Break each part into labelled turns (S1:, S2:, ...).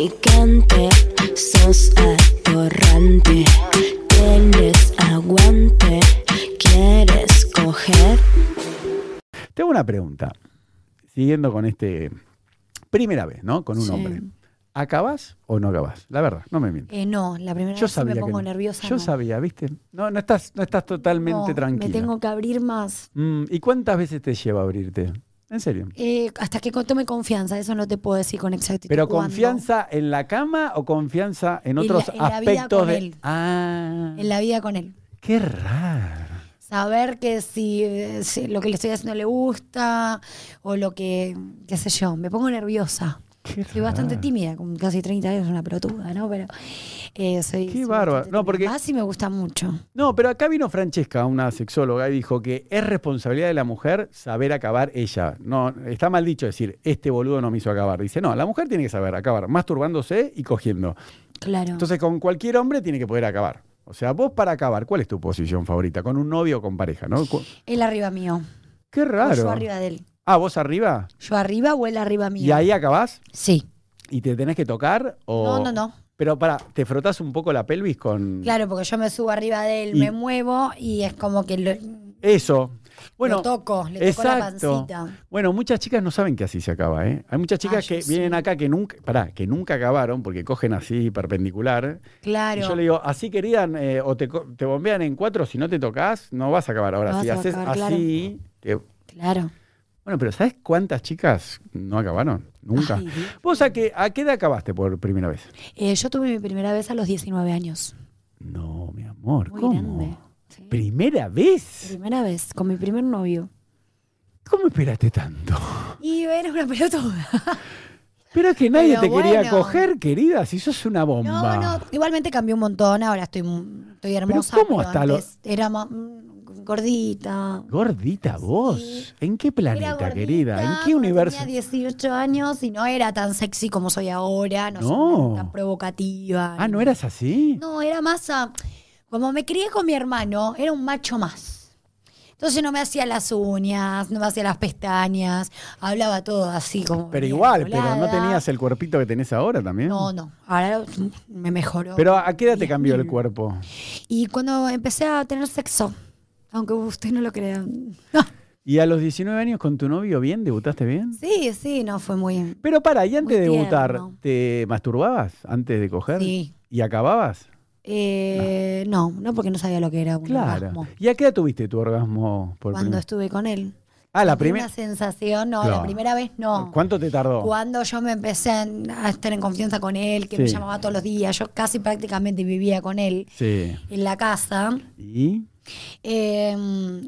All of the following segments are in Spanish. S1: atorrante, sos atorrante. Tienes aguante, quieres coger.
S2: Te hago una pregunta. Siguiendo con este. Primera vez, ¿no? Con un
S3: Sí.
S2: hombre. ¿Acabás o no acabás? La verdad, no me mientas.
S3: Eh, no, la primera
S2: Yo
S3: vez que
S2: sabía.
S3: me pongo
S2: que no.
S3: nerviosa.
S2: Yo
S3: no.
S2: sabía, ¿viste? No, no estás, no estás totalmente
S3: No,
S2: tranquila.
S3: Me tengo que abrir más.
S2: Mm, ¿Y cuántas veces te lleva a abrirte? En serio.
S3: Eh, hasta que co- tome confianza, eso no te puedo decir con exactitud.
S2: ¿Pero
S3: cuándo.
S2: confianza en la cama o confianza en
S3: la-
S2: otros
S3: en la vida
S2: aspectos
S3: con
S2: de.
S3: él.
S2: Ah.
S3: En la vida con él.
S2: Qué raro.
S3: Saber que si, eh, si lo que le estoy haciendo le gusta o lo que, qué sé yo, me pongo nerviosa.
S2: Qué
S3: Soy bastante
S2: raro.
S3: tímida, con casi 30 años, una pelotuda, ¿no? Pero eh, soy...
S2: Qué
S3: soy
S2: bárbaro.
S3: bastante
S2: No,
S3: tímida.
S2: porque-
S3: Más y me gusta mucho.
S2: No, pero acá vino Francesca, una sexóloga, y dijo que es responsabilidad de la mujer saber acabar ella. No, está mal dicho decir, este boludo no me hizo acabar. Dice, no, la mujer tiene que saber acabar, masturbándose y cogiendo.
S3: Ah. Claro.
S2: Entonces, con cualquier hombre tiene que poder acabar. O sea, vos para acabar, ¿cuál es tu posición favorita? ¿Con un novio o con pareja? ¿no? Cu-
S3: él arriba mío.
S2: Qué
S3: O
S2: raro.
S3: yo arriba de él.
S2: Ah, vos arriba.
S3: Yo arriba o él arriba mío.
S2: ¿Y ahí Oh. acabás?
S3: Sí.
S2: ¿Y te tenés que tocar? O...
S3: No, no, no.
S2: Pero para, ¿te frotás un poco la pelvis con
S3: Claro, porque yo me subo arriba de él,
S2: Mm. Y-
S3: me muevo y es como que lo,
S2: eso? Bueno,
S3: lo toco, le
S2: exacto.
S3: toco la pancita.
S2: Bueno, muchas chicas no saben que así se acaba, ¿eh? Hay muchas chicas
S3: Ah, yo
S2: que
S3: sí.
S2: vienen acá que nunca, pará, que nunca acabaron porque cogen así perpendicular.
S3: Claro.
S2: Y yo le digo, así querida, eh, o te, co- te bombean en cuatro, si no te tocas, no vas a acabar. Ahora,
S3: No
S2: si
S3: vas a
S2: haces
S3: acabar, claro.
S2: así. te-
S3: Claro.
S2: Bueno, pero ¿sabes cuántas chicas no acabaron? Nunca.
S3: Ay, Dios.
S2: ¿Vos a qué, a qué edad acabaste por primera vez?
S3: Eh, yo tuve mi primera vez a los 19 años.
S2: No, mi amor,
S3: Muy
S2: ¿cómo?
S3: grande. Sí.
S2: ¿Primera vez?
S3: Primera vez, con mi primer novio.
S2: ¿Cómo esperaste tanto?
S3: Y era una pelotuda.
S2: Pero es que nadie
S3: Pero
S2: te quería
S3: bueno.
S2: coger, querida, si sos una bomba.
S3: No, no, igualmente cambié un montón, ahora estoy, mu- estoy hermosa.
S2: ¿cómo hasta lo-
S3: antes Era ma- mm, gordita.
S2: Gordita vos.
S3: Sí.
S2: ¿En qué
S3: Era
S2: planeta,
S3: gordita,
S2: querida? ¿En qué
S3: cuando
S2: universo?
S3: Tenía 18 años y no era tan sexy como soy ahora, no,
S2: No.
S3: soy tan provocativa.
S2: Ah, ¿no eras así?
S3: No, era más. ah, como me crié con mi hermano, era un macho más. Entonces no me hacía las uñas, no me hacía las pestañas, hablaba todo así como.
S2: pero
S3: bien
S2: igual, pero no
S3: volada.
S2: tenías el cuerpito que tenés ahora también.
S3: No, no, ahora me mejoró.
S2: Pero ¿a qué edad te
S3: Diez
S2: cambió el
S3: mil.
S2: cuerpo?
S3: Y cuando empecé a tener sexo, aunque usted no lo crea.
S2: ¿Y a los 19 años con tu novio bien? ¿Debutaste bien?
S3: sí, sí, no, fue muy.
S2: Pero para, ¿y antes
S3: Muy
S2: de debutar,
S3: tierno.
S2: te masturbabas antes de coger?
S3: Sí.
S2: ¿Y acababas?
S3: Eh, no. no, porque no sabía lo que era un
S2: Claro.
S3: orgasmo.
S2: ¿Y a qué edad tuviste tu orgasmo por
S3: Cuando
S2: primera
S3: estuve con él.
S2: Ah, la
S3: Sentí
S2: primera.
S3: Una sensación, no,
S2: Claro.
S3: la primera vez no.
S2: ¿Cuánto te tardó?
S3: Cuando yo me empecé en- a estar en confianza con él, que me
S2: Sí.
S3: llamaba todos los días, yo casi prácticamente vivía con él
S2: Sí.
S3: en la casa.
S2: ¿Y?
S3: eh,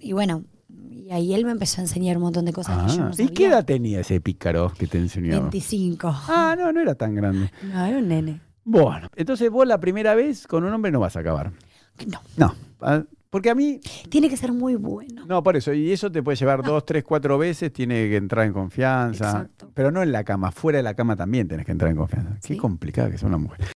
S3: y bueno, y ahí él me empezó a enseñar un montón de cosas que yo
S2: Ah,
S3: no
S2: ¿Y
S3: sabía.
S2: qué edad tenía ese pícaro que te enseñaba?
S3: 25.
S2: Ah, no, no era tan grande.
S3: No, era un nene.
S2: Bueno, entonces vos la primera vez con un hombre no vas a acabar.
S3: No,
S2: No. ah, Porque a mí,
S3: tiene que ser muy bueno.
S2: no, por eso, y eso te puede llevar dos, tres, cuatro veces, tiene que entrar en confianza.
S3: Exacto.
S2: Pero no en la cama, fuera de la cama también tenés que entrar en confianza. Qué
S3: Sí.
S2: complicada que es una mujer.